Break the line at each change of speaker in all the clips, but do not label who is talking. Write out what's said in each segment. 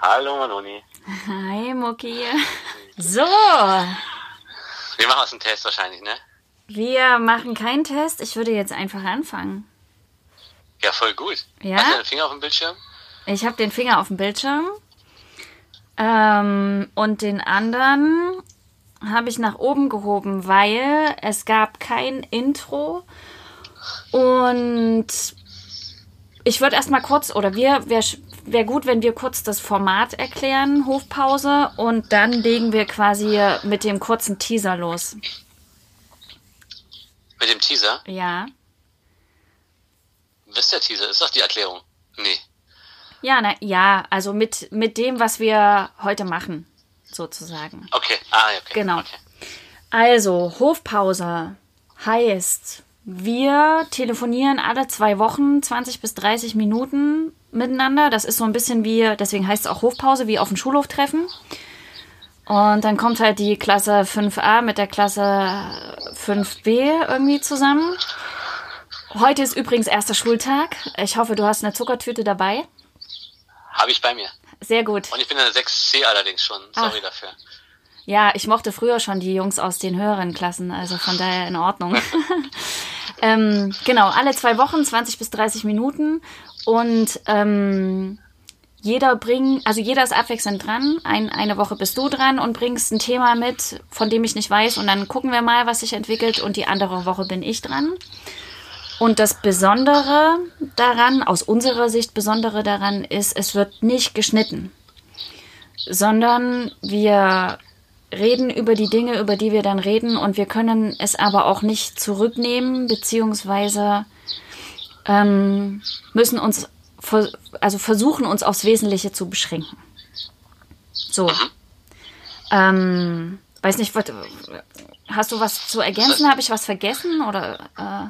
Hallo Maloni.
Hi, Mucki.
So,
Wir machen aus einen Test wahrscheinlich, ne?
Wir machen keinen Test. Ich würde jetzt einfach anfangen.
Ja, voll gut.
Ja?
Hast du deinen Finger auf dem Bildschirm?
Ich habe den Finger auf dem Bildschirm. Ähm, und den anderen habe ich nach oben gehoben, weil es gab kein Intro. Und ich würde erstmal kurz, oder wir, wäre wär gut, wenn wir kurz das Format erklären, Hofpause, und dann legen wir quasi mit dem kurzen Teaser los.
Mit dem Teaser?
Ja.
Was ist der Teaser? Ist das die Erklärung? Nee.
Ja, na, ja, also mit, mit dem, was wir heute machen, sozusagen.
Okay. Ah, ja, okay.
Genau.
Okay.
Also, Hofpause heißt, wir telefonieren alle zwei Wochen 20 bis 30 Minuten miteinander. Das ist so ein bisschen wie, deswegen heißt es auch Hofpause, wie auf dem Schulhof treffen. Und dann kommt halt die Klasse 5a mit der Klasse 5b irgendwie zusammen. Heute ist übrigens erster Schultag. Ich hoffe, du hast eine Zuckertüte dabei.
Habe ich bei mir.
Sehr gut.
Und ich bin in der 6C allerdings schon. Sorry
Ach.
dafür.
Ja, ich mochte früher schon die Jungs aus den höheren Klassen, also von daher in Ordnung. ähm, genau, alle zwei Wochen 20 bis 30 Minuten und ähm, jeder bringt, also jeder ist abwechselnd dran. Ein, eine Woche bist du dran und bringst ein Thema mit, von dem ich nicht weiß und dann gucken wir mal, was sich entwickelt und die andere Woche bin ich dran. Und das Besondere daran, aus unserer Sicht Besondere daran ist, es wird nicht geschnitten sondern wir reden über die Dinge, über die wir dann reden und wir können es aber auch nicht zurücknehmen, beziehungsweise ähm, müssen uns, ver also versuchen uns aufs Wesentliche zu beschränken. So. Ähm, weiß nicht, was- hast du was zu ergänzen? Habe ich was vergessen? Oder äh,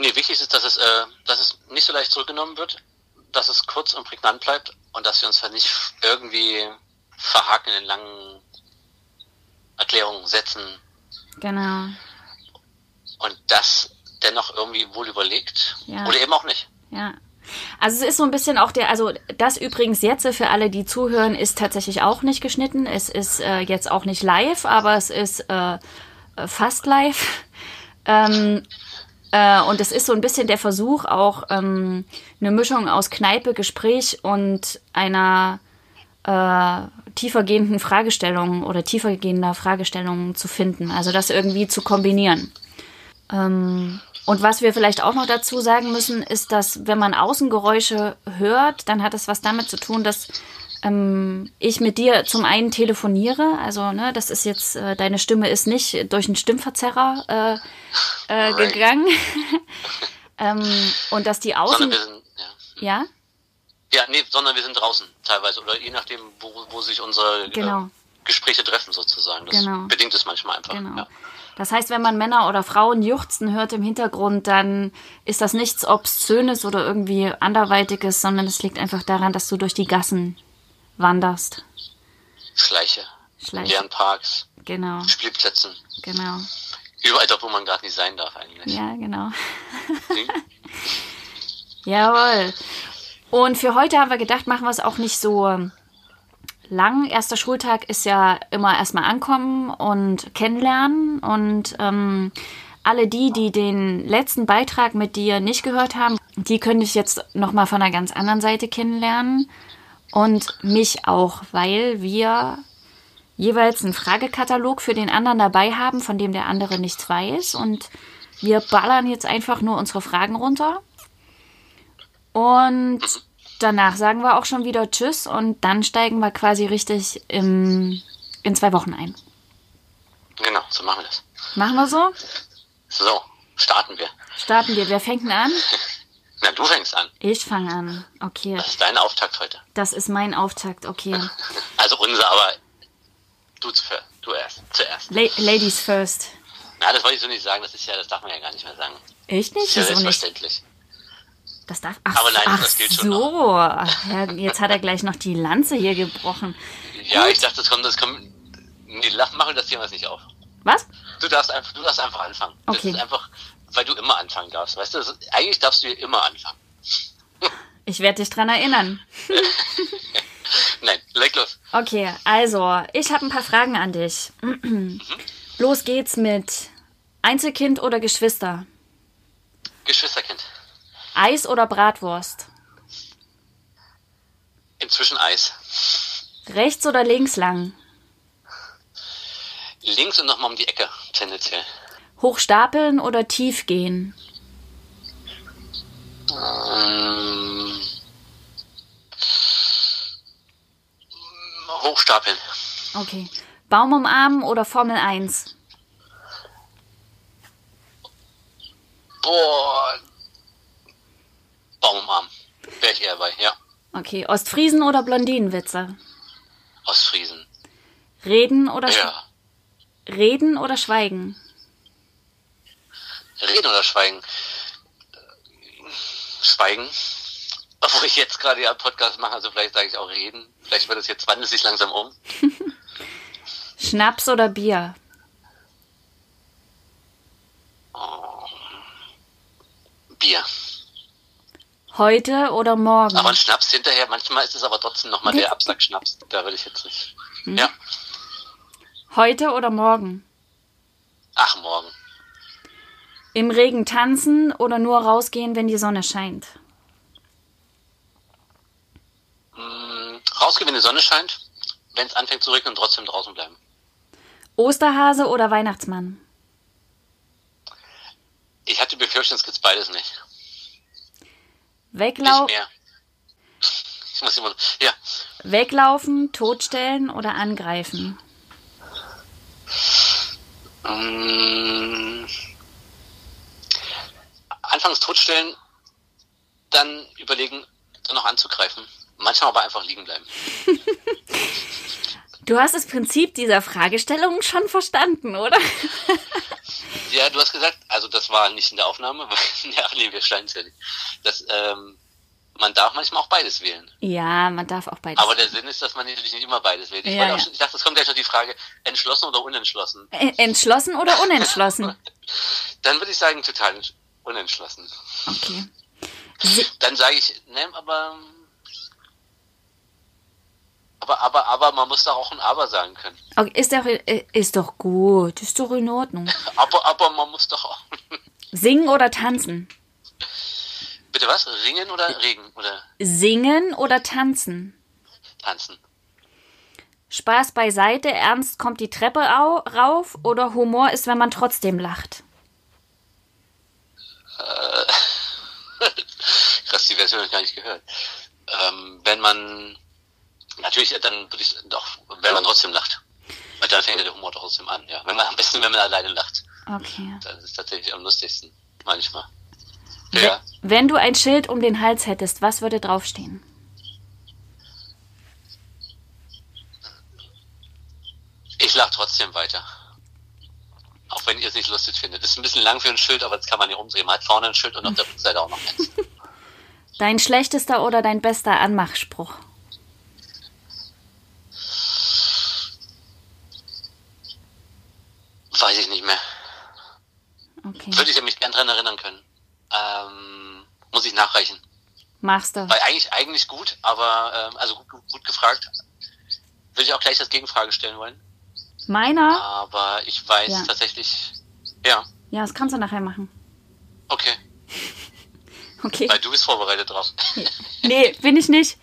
Nee, wichtig ist, dass es, äh, dass es nicht so leicht zurückgenommen wird, dass es kurz und prägnant bleibt und dass wir uns halt nicht irgendwie verhaken in langen Erklärungen, Sätzen
genau.
und das dennoch irgendwie wohl überlegt.
Ja.
Oder eben auch nicht.
Ja. Also es ist so ein bisschen auch der, also das übrigens jetzt für alle, die zuhören, ist tatsächlich auch nicht geschnitten. Es ist äh, jetzt auch nicht live, aber es ist äh, äh, fast live. Ähm, äh, und es ist so ein bisschen der Versuch, auch ähm, eine Mischung aus Kneipe, Gespräch und einer äh, tiefergehenden Fragestellung oder tiefergehender Fragestellung zu finden. Also das irgendwie zu kombinieren. Ähm, und was wir vielleicht auch noch dazu sagen müssen, ist, dass wenn man Außengeräusche hört, dann hat es was damit zu tun, dass ähm, ich mit dir zum einen telefoniere. Also ne, das ist jetzt äh, deine Stimme ist nicht durch einen Stimmverzerrer äh, äh,
Right.
gegangen. ähm, und dass die
Sondern
Außen
wir sind, ja.
ja
Ja, nee, sondern wir sind draußen teilweise oder je nachdem, wo, wo sich unsere
Genau.
äh, Gespräche treffen sozusagen. Das
Genau.
bedingt es manchmal einfach.
Genau.
Ja.
Das heißt, wenn man Männer oder Frauen juchzen hört im Hintergrund, dann ist das nichts Obszönes oder irgendwie anderweitiges, sondern es liegt einfach daran, dass du durch die Gassen wanderst.
Schleiche,
Schleiche.
Lernparks,
Genau,
Spielplätzen,
genau.
überall dort, wo man gerade nicht sein darf eigentlich.
Ja, genau.
Nee?
Jawohl. Und für heute haben wir gedacht, machen wir es auch nicht so ähm, lang. Erster Schultag ist ja immer erstmal ankommen und kennenlernen. Und ähm, alle die, die den letzten Beitrag mit dir nicht gehört haben, die könnte ich jetzt nochmal von einer ganz anderen Seite kennenlernen. Und mich auch, weil wir jeweils einen Fragekatalog für den anderen dabei haben, von dem der andere nichts weiß. Und wir ballern jetzt einfach nur unsere Fragen runter. Und danach sagen wir auch schon wieder Tschüss und dann steigen wir quasi richtig im, in zwei Wochen ein.
Genau, so machen wir das.
Machen wir so?
So, starten wir.
Starten wir. Wer fängt denn an?
Na, du fängst an.
Ich fange an. Okay,
Das ist dein Auftakt heute.
das ist mein Auftakt. Okay.
Also unser, aber du zuerst. Du erst. Zuerst.
La Ladies first.
Na, das wollte ich so nicht sagen. Das ist ja, das darf man ja gar nicht mehr sagen.
Ich
Das ist
nicht?
ja
Wieso nicht?
selbstverständlich.
Das darf. Ach,
Aber nein,
ach
das gilt schon
so. Ach, ja, jetzt hat er gleich noch die Lanze hier gebrochen.
Ja, ich dachte, das kommt, das kommt. Nee, lass, machen wir das Thema jetzt nicht auf.
Was?
Du darfst einfach, du darfst einfach anfangen.
Okay.
Das ist einfach, weil du immer anfangen darfst. Weißt du, das ist, eigentlich darfst du hier immer anfangen.
Ich werde dich dran erinnern.
Leg los.
Okay, also, ich habe ein paar Fragen an dich. Los geht's mit Einzelkind oder Geschwister?
Geschwisterkind.
Eis oder Bratwurst?
Inzwischen Eis.
Rechts oder links lang?
Links und nochmal um die Ecke, tendenziell.
Hochstapeln oder tief gehen?
Ähm, hochstapeln.
Okay. Baum umarmen oder Formel 1?
Boah. Baum umarmen. Wäre ich eher bei, ja.
Okay. Ostfriesen oder Blondinenwitze?
Aus Friesen.
Reden oder, sch-
Ja.
Reden oder schweigen?
Reden oder schweigen? Ähm, Schweigen. Obwohl ich jetzt gerade ja einen Podcast mache, also vielleicht sage ich auch reden. Vielleicht wird es jetzt, wandelt sich langsam um.
Schnaps oder Bier?
Bier.
Heute oder morgen?
Aber ein Schnaps hinterher, manchmal ist es aber trotzdem nochmal der Absack-Schnaps. Da will ich jetzt nicht. Ja.
Heute oder morgen?
Ach, morgen.
Im Regen tanzen oder nur rausgehen, wenn die Sonne scheint?
Hm, Rausgehen, wenn die Sonne scheint. Wenn es anfängt zu regnen, trotzdem draußen bleiben.
Osterhase oder Weihnachtsmann?
Ich hatte befürchtet, es gibt beides nicht. Nicht
Weglau
mehr. Ich muss immer. Ja.
Weglaufen, totstellen oder angreifen?
Mm. Anfangs totstellen, dann überlegen, dann noch anzugreifen. Manchmal aber einfach liegen bleiben.
Du hast das Prinzip dieser Fragestellung schon verstanden, oder?
Ja, du hast gesagt, also das war nicht in der Aufnahme, weil, ja, nee, wir schneiden es ja nicht. Das, ähm, man darf manchmal auch beides wählen.
Ja, man darf auch beides.
Aber der Sinn ist, dass man natürlich nicht immer beides wählt. Ich,
Ja,
wollte auch
ja.
schon, ich dachte, es kommt gleich noch die Frage, entschlossen oder unentschlossen.
Äh, Entschlossen oder unentschlossen?
Dann würde ich sagen, total entsch- unentschlossen.
Okay.
Dann sage ich, ne, aber, aber, aber, aber, man muss da auch ein Aber sagen können.
okay ist, doch, äh, ist doch gut, ist doch in Ordnung.
Aber, aber, man muss doch auch.
Singen oder tanzen?
Bitte was? Ringen oder regen oder
Singen oder tanzen?
tanzen?
Spaß beiseite, ernst kommt die Treppe au rauf oder Humor ist, wenn man trotzdem lacht.
Krass, die Version habe ich gar nicht gehört. Ähm, wenn man, natürlich, äh, dann würde ich doch, wenn man trotzdem lacht. Weil dann fängt ja der Humor trotzdem an, ja. Wenn man, am besten, wenn man alleine lacht.
Okay.
Das ist tatsächlich am lustigsten. Manchmal.
We-
Ja.
Wenn du ein Schild um den Hals hättest, was würde draufstehen?
Ich lache trotzdem weiter. Auch wenn ihr es nicht lustig findet. Ist ein bisschen lang für ein Schild, aber jetzt kann man hier umdrehen. Man hat vorne ein Schild und auf der Rückseite auch noch eins.
Dein schlechtester oder dein bester Anmachspruch?
Weiß ich nicht mehr.
Okay.
Würde ich mich gern dran erinnern können. Ähm, muss ich nachreichen.
Machst du.
Weil eigentlich, eigentlich gut, aber ähm, also gut, gut, gut gefragt. Würde ich auch gleich das Gegenfrage stellen wollen.
Meiner?
Aber ich weiß
Ja.
tatsächlich. Ja,
Ja, das kannst du nachher machen.
okay.
Okay.
Weil du bist vorbereitet drauf.
Nee, bin ich nicht.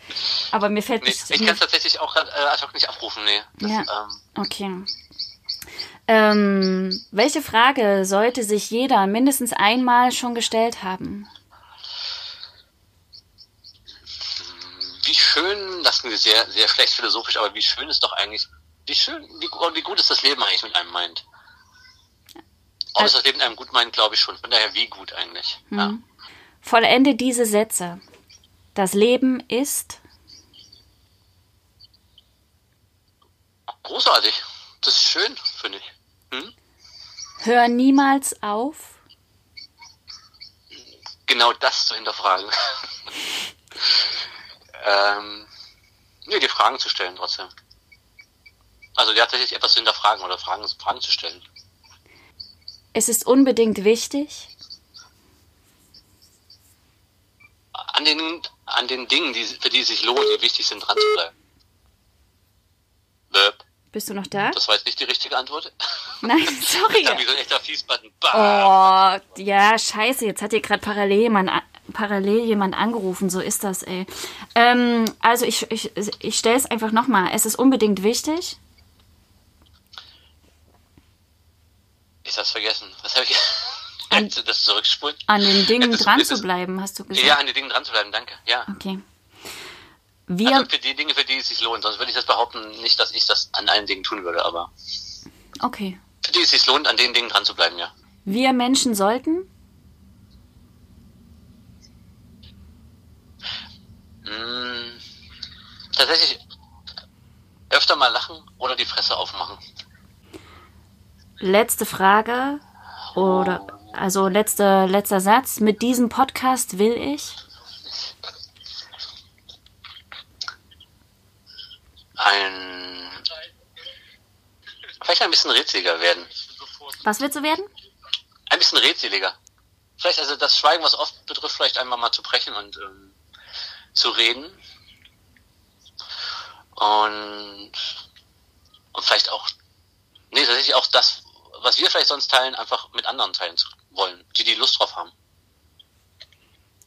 Aber mir fällt
Nee,
nicht.
ich kann es tatsächlich auch grad, äh, ad hoc nicht abrufen, nee. Das,
Ja.
ähm,
Okay. Ähm, welche Frage sollte sich jeder mindestens einmal schon gestellt haben?
wie schön, das klingt sehr, sehr schlecht philosophisch, aber wie schön ist doch eigentlich, wie schön, wie, gu- wie gut ist das Leben eigentlich mit einem meint? Ob es das Leben mit einem gut meint, glaube ich schon. Von daher, wie gut eigentlich. Ja.
Vollende diese Sätze. Das Leben ist.
Großartig. Das ist schön, finde ich.
Hör niemals auf.
Genau das zu hinterfragen. ähm, nee, die Fragen zu stellen trotzdem. Also die hat tatsächlich etwas zu hinterfragen oder Fragen, Fragen zu stellen.
Es ist unbedingt wichtig.
An den, an den Dingen, die, für die es sich lohnt, die wichtig sind, dran zu bleiben.
Bist du noch da?
Das war jetzt nicht die richtige Antwort.
Nein, sorry.
Ich hab wie so ein echter Fließbutton. Bam.
Oh, ja, scheiße, jetzt hat hier gerade parallel jemand, a- parallel jemand angerufen, so ist das, ey. Ähm, also ich, ich, ich stelle es einfach nochmal. Es ist unbedingt wichtig.
Ich hab's vergessen. Was habe ich? Kannst du das zurückspulen?
An den Dingen
Es ist-
dran
es
zu
ist-
bleiben, hast du gesagt.
Ja, an den Dingen dran zu bleiben, danke. Ja.
Okay. Wir,
Also für die Dinge, für die es sich lohnt. Sonst würde ich das behaupten, nicht, dass ich das an allen Dingen tun würde, aber
okay.
für die es sich lohnt, an den Dingen dran zu bleiben, ja.
Wir Menschen sollten.
Mm, tatsächlich öfter mal lachen oder die Fresse aufmachen.
Letzte Frage. Oder, also letzte, letzter Satz. Mit diesem Podcast will ich.
Ein. Vielleicht ein bisschen rätseliger werden.
Was willst du werden?
Ein bisschen rätseliger. Vielleicht, also das Schweigen, was oft betrifft, vielleicht einmal mal zu brechen und ähm, zu reden. Und, und vielleicht auch, nee, tatsächlich auch das, was wir vielleicht sonst teilen, einfach mit anderen teilen zu wollen, die die Lust drauf haben.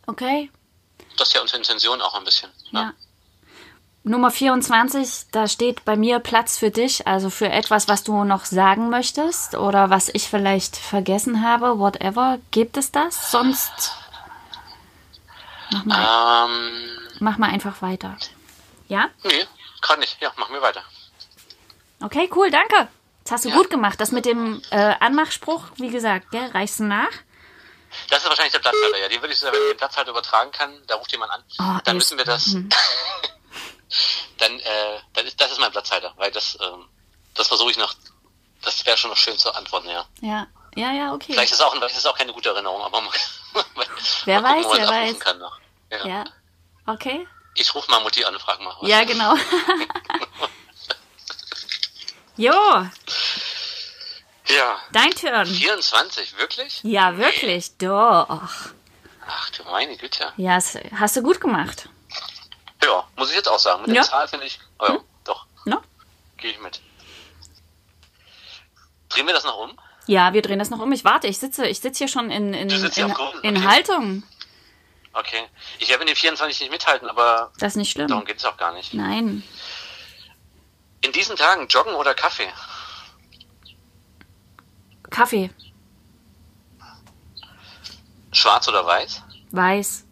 Okay.
Das ist ja unsere Intention auch ein bisschen. ne?
Ja. Nummer 24, da steht bei mir Platz für dich, also für etwas, was du noch sagen möchtest oder was ich vielleicht vergessen habe, whatever. Gibt es das? Sonst mach mal,
Ähm,
mach mal einfach weiter. Ja?
nee, gerade nicht. Ja, machen wir weiter.
Okay, cool, danke. Das hast du
Ja.
gut gemacht. Das mit dem äh, Anmachspruch, wie gesagt, gell, reichst du nach?
Das ist wahrscheinlich der Platzhalter, ja. Den würde ich, so- wenn ich den Platzhalter übertragen kann, da ruft jemand an,
Oh,
dann
ey.
müssen wir das, dann, äh, dann ist, das ist mein Platzhalter, weil das, ähm, das versuche ich noch, das wäre schon noch schön zu antworten, ja.
Ja, ja, ja, okay.
Vielleicht ist auch, vielleicht ist auch keine gute Erinnerung, aber mal, mal
Wer
gucken,
weiß,
wo man
wer
es abrufen
weiß.
Kann noch. Ja.
Ja, okay.
Ich rufe mal Mutti an und frage mal. was-
Ja, genau. jo,
ja.
dein Turn.
24, wirklich?
genau. Ja, wirklich, doch.
Ach du meine Güte.
Ja, das hast du gut gemacht.
Ja, muss ich jetzt auch sagen. Mit
Ja.
der Zahl finde ich, oh, ja, doch,
Ne?
gehe ich mit. Drehen wir das noch um?
Ja, wir drehen das noch um. Ich warte, ich sitze, ich sitze hier schon in, in,
Du sitzt hier
in,
am Kuchen,
in
okay.
Haltung.
Okay. Ich werde mit den 24 nicht mithalten, aber
Das ist nicht schlimm.
darum geht es auch gar nicht.
Nein.
In diesen Tagen Joggen oder Kaffee?
Kaffee,
Schwarz oder weiß?
weiß.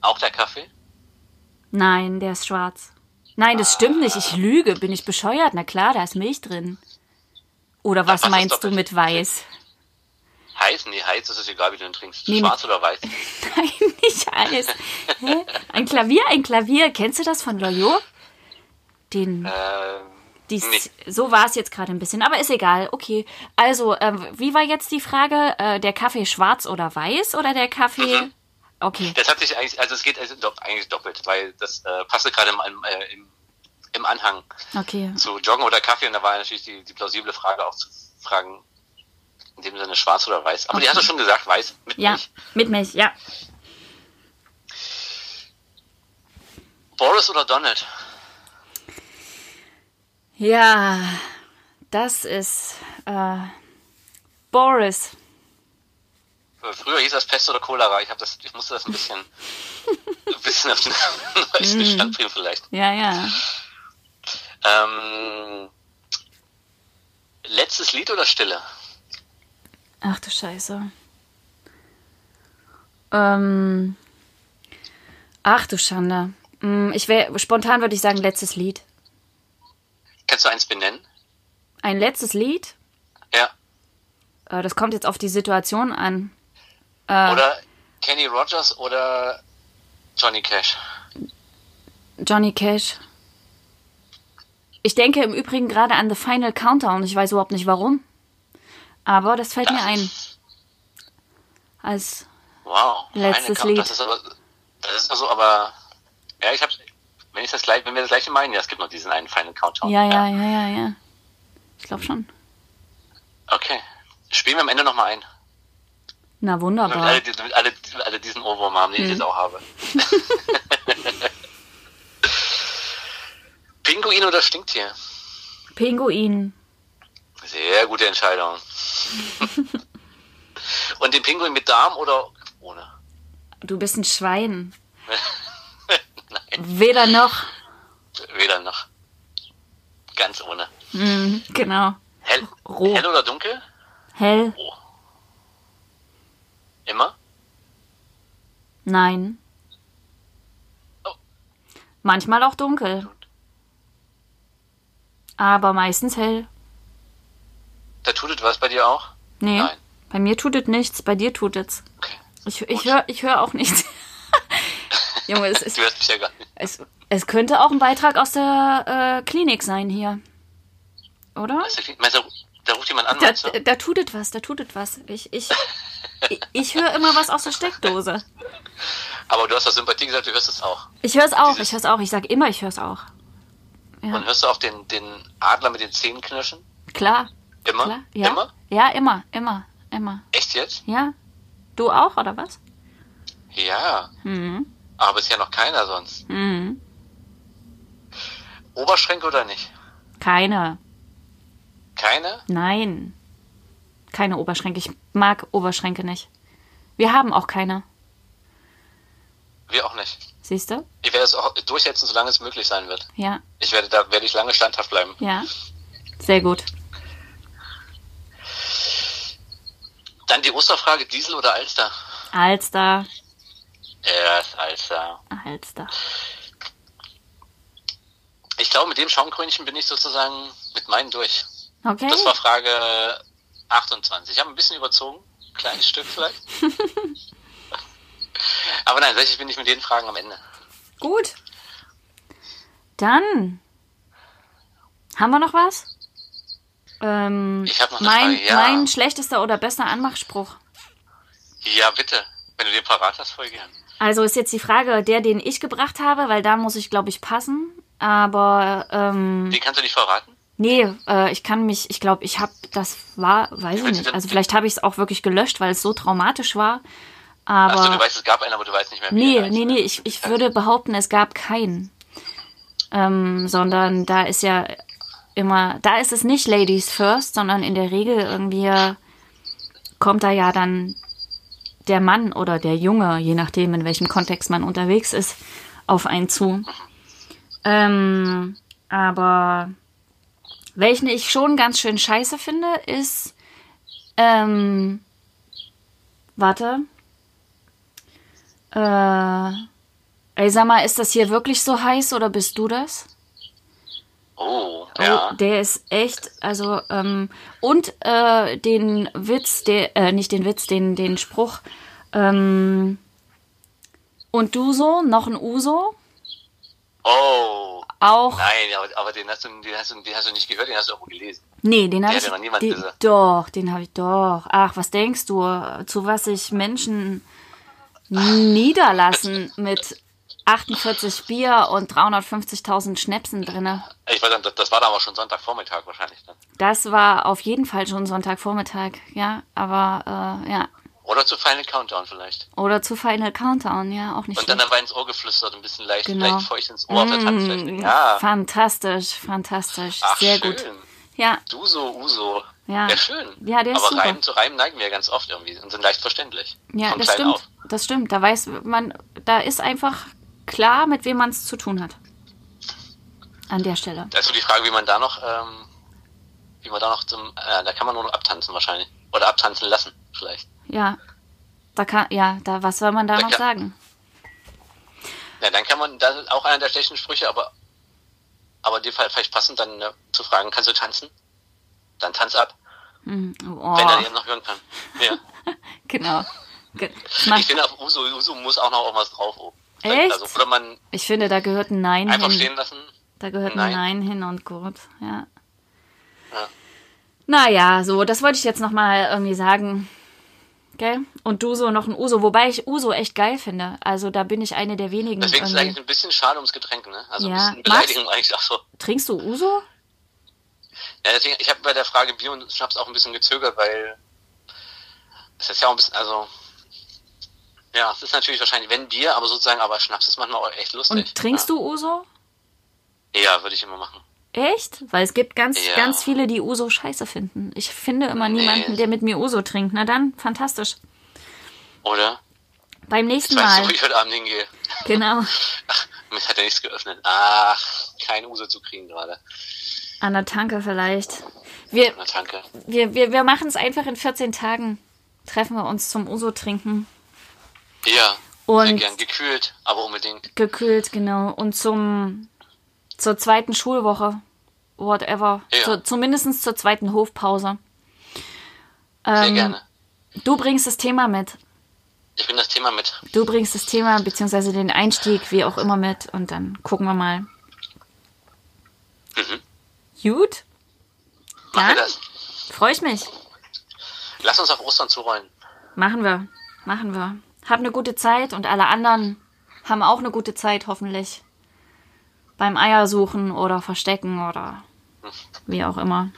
Auch der Kaffee?
Nein, der ist schwarz. Nein, das stimmt nicht. Ich lüge. Bin ich bescheuert? Na klar, da ist Milch drin. Oder
was
was
ist
meinst du
doppelt?
mit weiß?
Heiß? Nee, heiß ist es egal, wie du ihn trinkst.
Nee,
Schwarz oder weiß?
Nein, nicht alles. Hä? Ein Klavier, ein Klavier. Kennst du das von Loyot? Den
Ähm,
Dies,
Nee.
So war es jetzt gerade ein bisschen, aber ist egal. Okay. Also, ähm, wie war jetzt die Frage? Äh, der Kaffee schwarz oder weiß oder der Kaffee. Okay.
das hat sich eigentlich, also es geht also doch, eigentlich doppelt, weil das äh, passte gerade im, im, äh, im, im Anhang
Okay.
zu Joggen oder Kaffee und da war natürlich die, die plausible Frage auch zu fragen, in dem Sinne schwarz oder weiß. Aber die hast du schon gesagt, weiß mit
Ja,
Milch.
mit Milch, ja.
Boris oder Donald?
Ja, das ist äh, Boris.
Äh, Früher hieß das Pest oder Cholera. Ich, hab das, ich musste das ein bisschen, ein bisschen auf den neuesten
Mhm.
Stand bringen vielleicht.
Ja, ja.
Ähm, letztes Lied oder Stille?
Ach du Scheiße. Ähm, ach du Schande. Mm, Ich wäre spontan würde ich sagen letztes Lied.
Kannst du eins benennen?
Ein letztes Lied.
Ja.
Äh, das kommt jetzt auf die Situation an. Ah.
Oder Kenny Rogers oder Johnny Cash?
Johnny Cash. Ich denke im Übrigen gerade an The Final Countdown. Ich weiß überhaupt nicht warum. Aber das fällt mir ein. Als
Wow.
Letztes
Count-
Lied.
Das ist aber, das ist also aber, ja, ich hab's, wenn ich das gleich, wenn wir das gleiche meinen, ja, es gibt noch diesen einen feinen Countdown.
ja, ja, ja, ja, ja. Ich glaube schon.
Okay. Spielen wir am Ende nochmal ein.
Na
Damit
wunderbar.
alle, die- damit alle, die- alle diesen Ohrwurm
Mhm.
haben, den ich jetzt auch habe. Pink Pinguin oder Stinktier?
Pinguin.
Sehr gute Entscheidung. Und den Pinguin mit Darm oder ohne?
Du bist ein Schwein. Weder noch.
Weder noch. Ganz ohne.
Mhm, genau.
Hell,
Roh.
hell oder dunkel?
Hell?
Oh. Immer?
Nein.
Oh.
Manchmal auch dunkel. Aber meistens hell.
Da tut es was bei dir auch?
Nee.
Nein.
Bei mir tut es nichts, bei dir tut es.
Okay.
Ich, ich höre ich hör auch nichts. Junge, es, ist,
Du hörst mich ja gar nicht.
es, es könnte auch ein Beitrag aus der äh, Klinik sein hier. Oder?
Weißt du, meinst du, da ruft jemand an,
Da,
meinst du?
da tut es was, da tut es was. Ich, ich, ich, ich höre immer was aus der Steckdose.
Aber du hast aus Sympathie gesagt, du hörst es auch.
Ich höre es auch, ich höre es auch. Ich sage immer, ich höre es auch. Ja.
Und hörst du auch den, den Adler mit den Zähnen knirschen?
Klar,
Immer?
klar. Ja,
Immer?
ja immer, immer, immer.
Echt jetzt?
Ja. Du auch, oder was?
Ja.
Mhm.
Aber bisher noch keiner sonst.
Mhm.
Oberschränke oder nicht?
Keine.
Keine?
Nein. Keine Oberschränke. Ich mag Oberschränke nicht. Wir haben auch keine.
Wir auch nicht.
Siehst du?
Ich werde es auch durchsetzen, solange es möglich sein wird.
Ja,
Ich werde da werde ich lange standhaft bleiben.
ja. Sehr gut.
Dann die Osterfrage, Diesel oder Alster?
Alster.
Ja, ist Alster.
Alster.
Ich glaube, mit dem Schaumkrönchen bin ich sozusagen mit meinen durch.
Okay.
Das war Frage 28. Ich habe ein bisschen überzogen. Kleines Stück vielleicht. Aber nein, tatsächlich bin ich mit den Fragen am Ende.
Gut. Dann haben wir noch was? Ähm,
Ich hab noch eine
mein,
Frage, ja.
mein schlechtester oder bester Anmachspruch.
Ja, bitte. Wenn du den parat hast, voll gern.
Also ist jetzt die Frage, der, den ich gebracht habe, weil da muss ich, glaube ich, passen. Aber ähm,
Den kannst du nicht verraten?
nee, äh, ich kann mich, ich glaube, ich habe, das war, weiß
willst
ich
du
nicht.
denn-
Also vielleicht habe ich es auch wirklich gelöscht, weil es so traumatisch war. Aber
Achso, du weißt, es gab einen, aber du weißt nicht mehr, wie
Nee,
der
nee,
heißt.
nee, ich, ich würde behaupten, es gab keinen. Ähm, sondern da ist ja immer, da ist es nicht Ladies First, sondern in der Regel irgendwie kommt da ja dann der Mann oder der Junge, je nachdem, in welchem Kontext man unterwegs ist, auf einen zu. Ähm, aber welchen ich schon ganz schön scheiße finde, ist, ähm, warte, äh, ey, sag mal, ist das hier wirklich so heiß oder bist du das?
Oh,
Oh,
ja.
der ist echt, also, ähm, und äh, den Witz, der, äh, nicht den Witz, den, den Spruch, ähm, und du so, noch ein Uso,
Oh.
auch,
Nein, aber, aber den, hast du, den, hast du, den hast du nicht gehört, den hast du irgendwo gelesen.
nee, den habe
Der
ich,
hat ja noch niemand
den,
gesagt.
doch, den habe ich, doch, ach, was denkst du, zu was ich Menschen niederlassen mit 48 Bier und 350.000 Schnäpsen drinne.
Ich weiß nicht, das- das war dann aber schon Sonntagvormittag wahrscheinlich dann.
Das war auf jeden Fall schon Sonntagvormittag, ja. Aber äh, ja.
Oder zu Final Countdown vielleicht.
Oder zu Final Countdown, ja, auch nicht
Und dann
schlecht.
dabei ins Ohr geflüstert, ein bisschen leicht,
Genau.
leicht feucht ins Ohr auf der Tanzfläche.
Mm,
Ja,
Fantastisch, fantastisch.
ach,
Sehr
schön.
gut. Ja,
Du so, Uso.
Ja.
ja schön.
Ja, der ist
aber
super.
Reimen, zu Reimen neigen wir ganz oft irgendwie und sind leicht verständlich.
ja
Von
das
klein
stimmt.
auf.
Das stimmt. Da weiß man, da ist einfach klar, mit wem man es zu tun hat. An der Stelle.
Da ist so die Frage, wie man da noch, ähm, wie man da noch zum, äh, da kann man nur noch abtanzen wahrscheinlich. Oder abtanzen lassen, vielleicht.
Ja. Da kann, ja, da, was soll man da
Da
noch
kann-
sagen?
Ja, dann kann man, das ist auch einer der schlechten Sprüche, aber, aber in dem Fall vielleicht passend dann ne, zu fragen, kannst du tanzen? Dann tanz ab,
Mhm. Oh,
wenn er eben noch hören kann. Ja.
genau. Ge-
Ich finde, auf Uso, Uso muss auch noch irgendwas drauf oben.
Echt? Mhm.
Also, oder man
Ich finde, da gehört ein Nein
einfach
hin.
stehen lassen.
Da gehört ein
Nein. Ah.
Nein hin und gut, ja.
Ja.
Naja, so, das wollte ich jetzt nochmal irgendwie sagen. Gell? Und du so noch ein Uso, wobei ich Uso echt geil finde. Also da bin ich eine der wenigen.
Deswegen ist es
irgendwie.
eigentlich ein bisschen schade ums Getränk, ne? Also
Ja.
ein bisschen
Magst-
Beleidigung eigentlich auch so.
Trinkst du Uso?
Ja, deswegen, ich habe bei der Frage Bier und Schnaps auch ein bisschen gezögert, weil es ist ja auch ein bisschen, also ja, es ist natürlich wahrscheinlich, wenn Bier, aber sozusagen, aber Schnaps ist manchmal auch echt
Und
lustig.
trinkst du Uso?
Ja, würde ich immer machen.
Echt? Weil es gibt ganz,
Ja.
ganz viele, die Uso scheiße finden. Ich finde immer
Nee.
niemanden, der mit mir Uso trinkt. Na dann, fantastisch.
Oder?
Beim nächsten
Ich weiß
Mal.
nicht, wo ich heute Abend hingehe.
Genau.
Ach, mich hat ja nichts geöffnet. Ach, kein Uso zu kriegen gerade.
An der Tanke vielleicht. Wir,
Na, danke.
wir, wir, wir machen es einfach in 14 Tagen. Treffen wir uns zum Uso trinken.
Ja, sehr
Und
gern. Gekühlt, aber unbedingt.
gekühlt, genau. Und zum, zur zweiten Schulwoche. Whatever.
Ja.
Zu, zumindest zur zweiten Hofpause.
Sehr
Ähm,
gerne.
Du bringst das Thema mit.
Ich bringe das Thema mit.
Du bringst das Thema beziehungsweise den Einstieg, wie auch immer, mit und dann gucken wir mal.
Mhm.
Gut,
Machen wir
Dann?
das.
freue ich mich.
Lass uns auf Ostern zurollen.
Machen wir, machen wir. Hab eine gute Zeit und alle anderen haben auch eine gute Zeit, hoffentlich. Beim Eiersuchen oder Verstecken oder wie auch immer.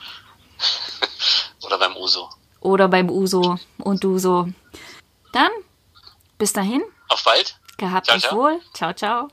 Oder beim Uso.
Oder beim Uso und Duso. Dann, bis dahin,
Auf bald.
gehabt
Ciao,
euch
ciao.
wohl. Ciao, ciao.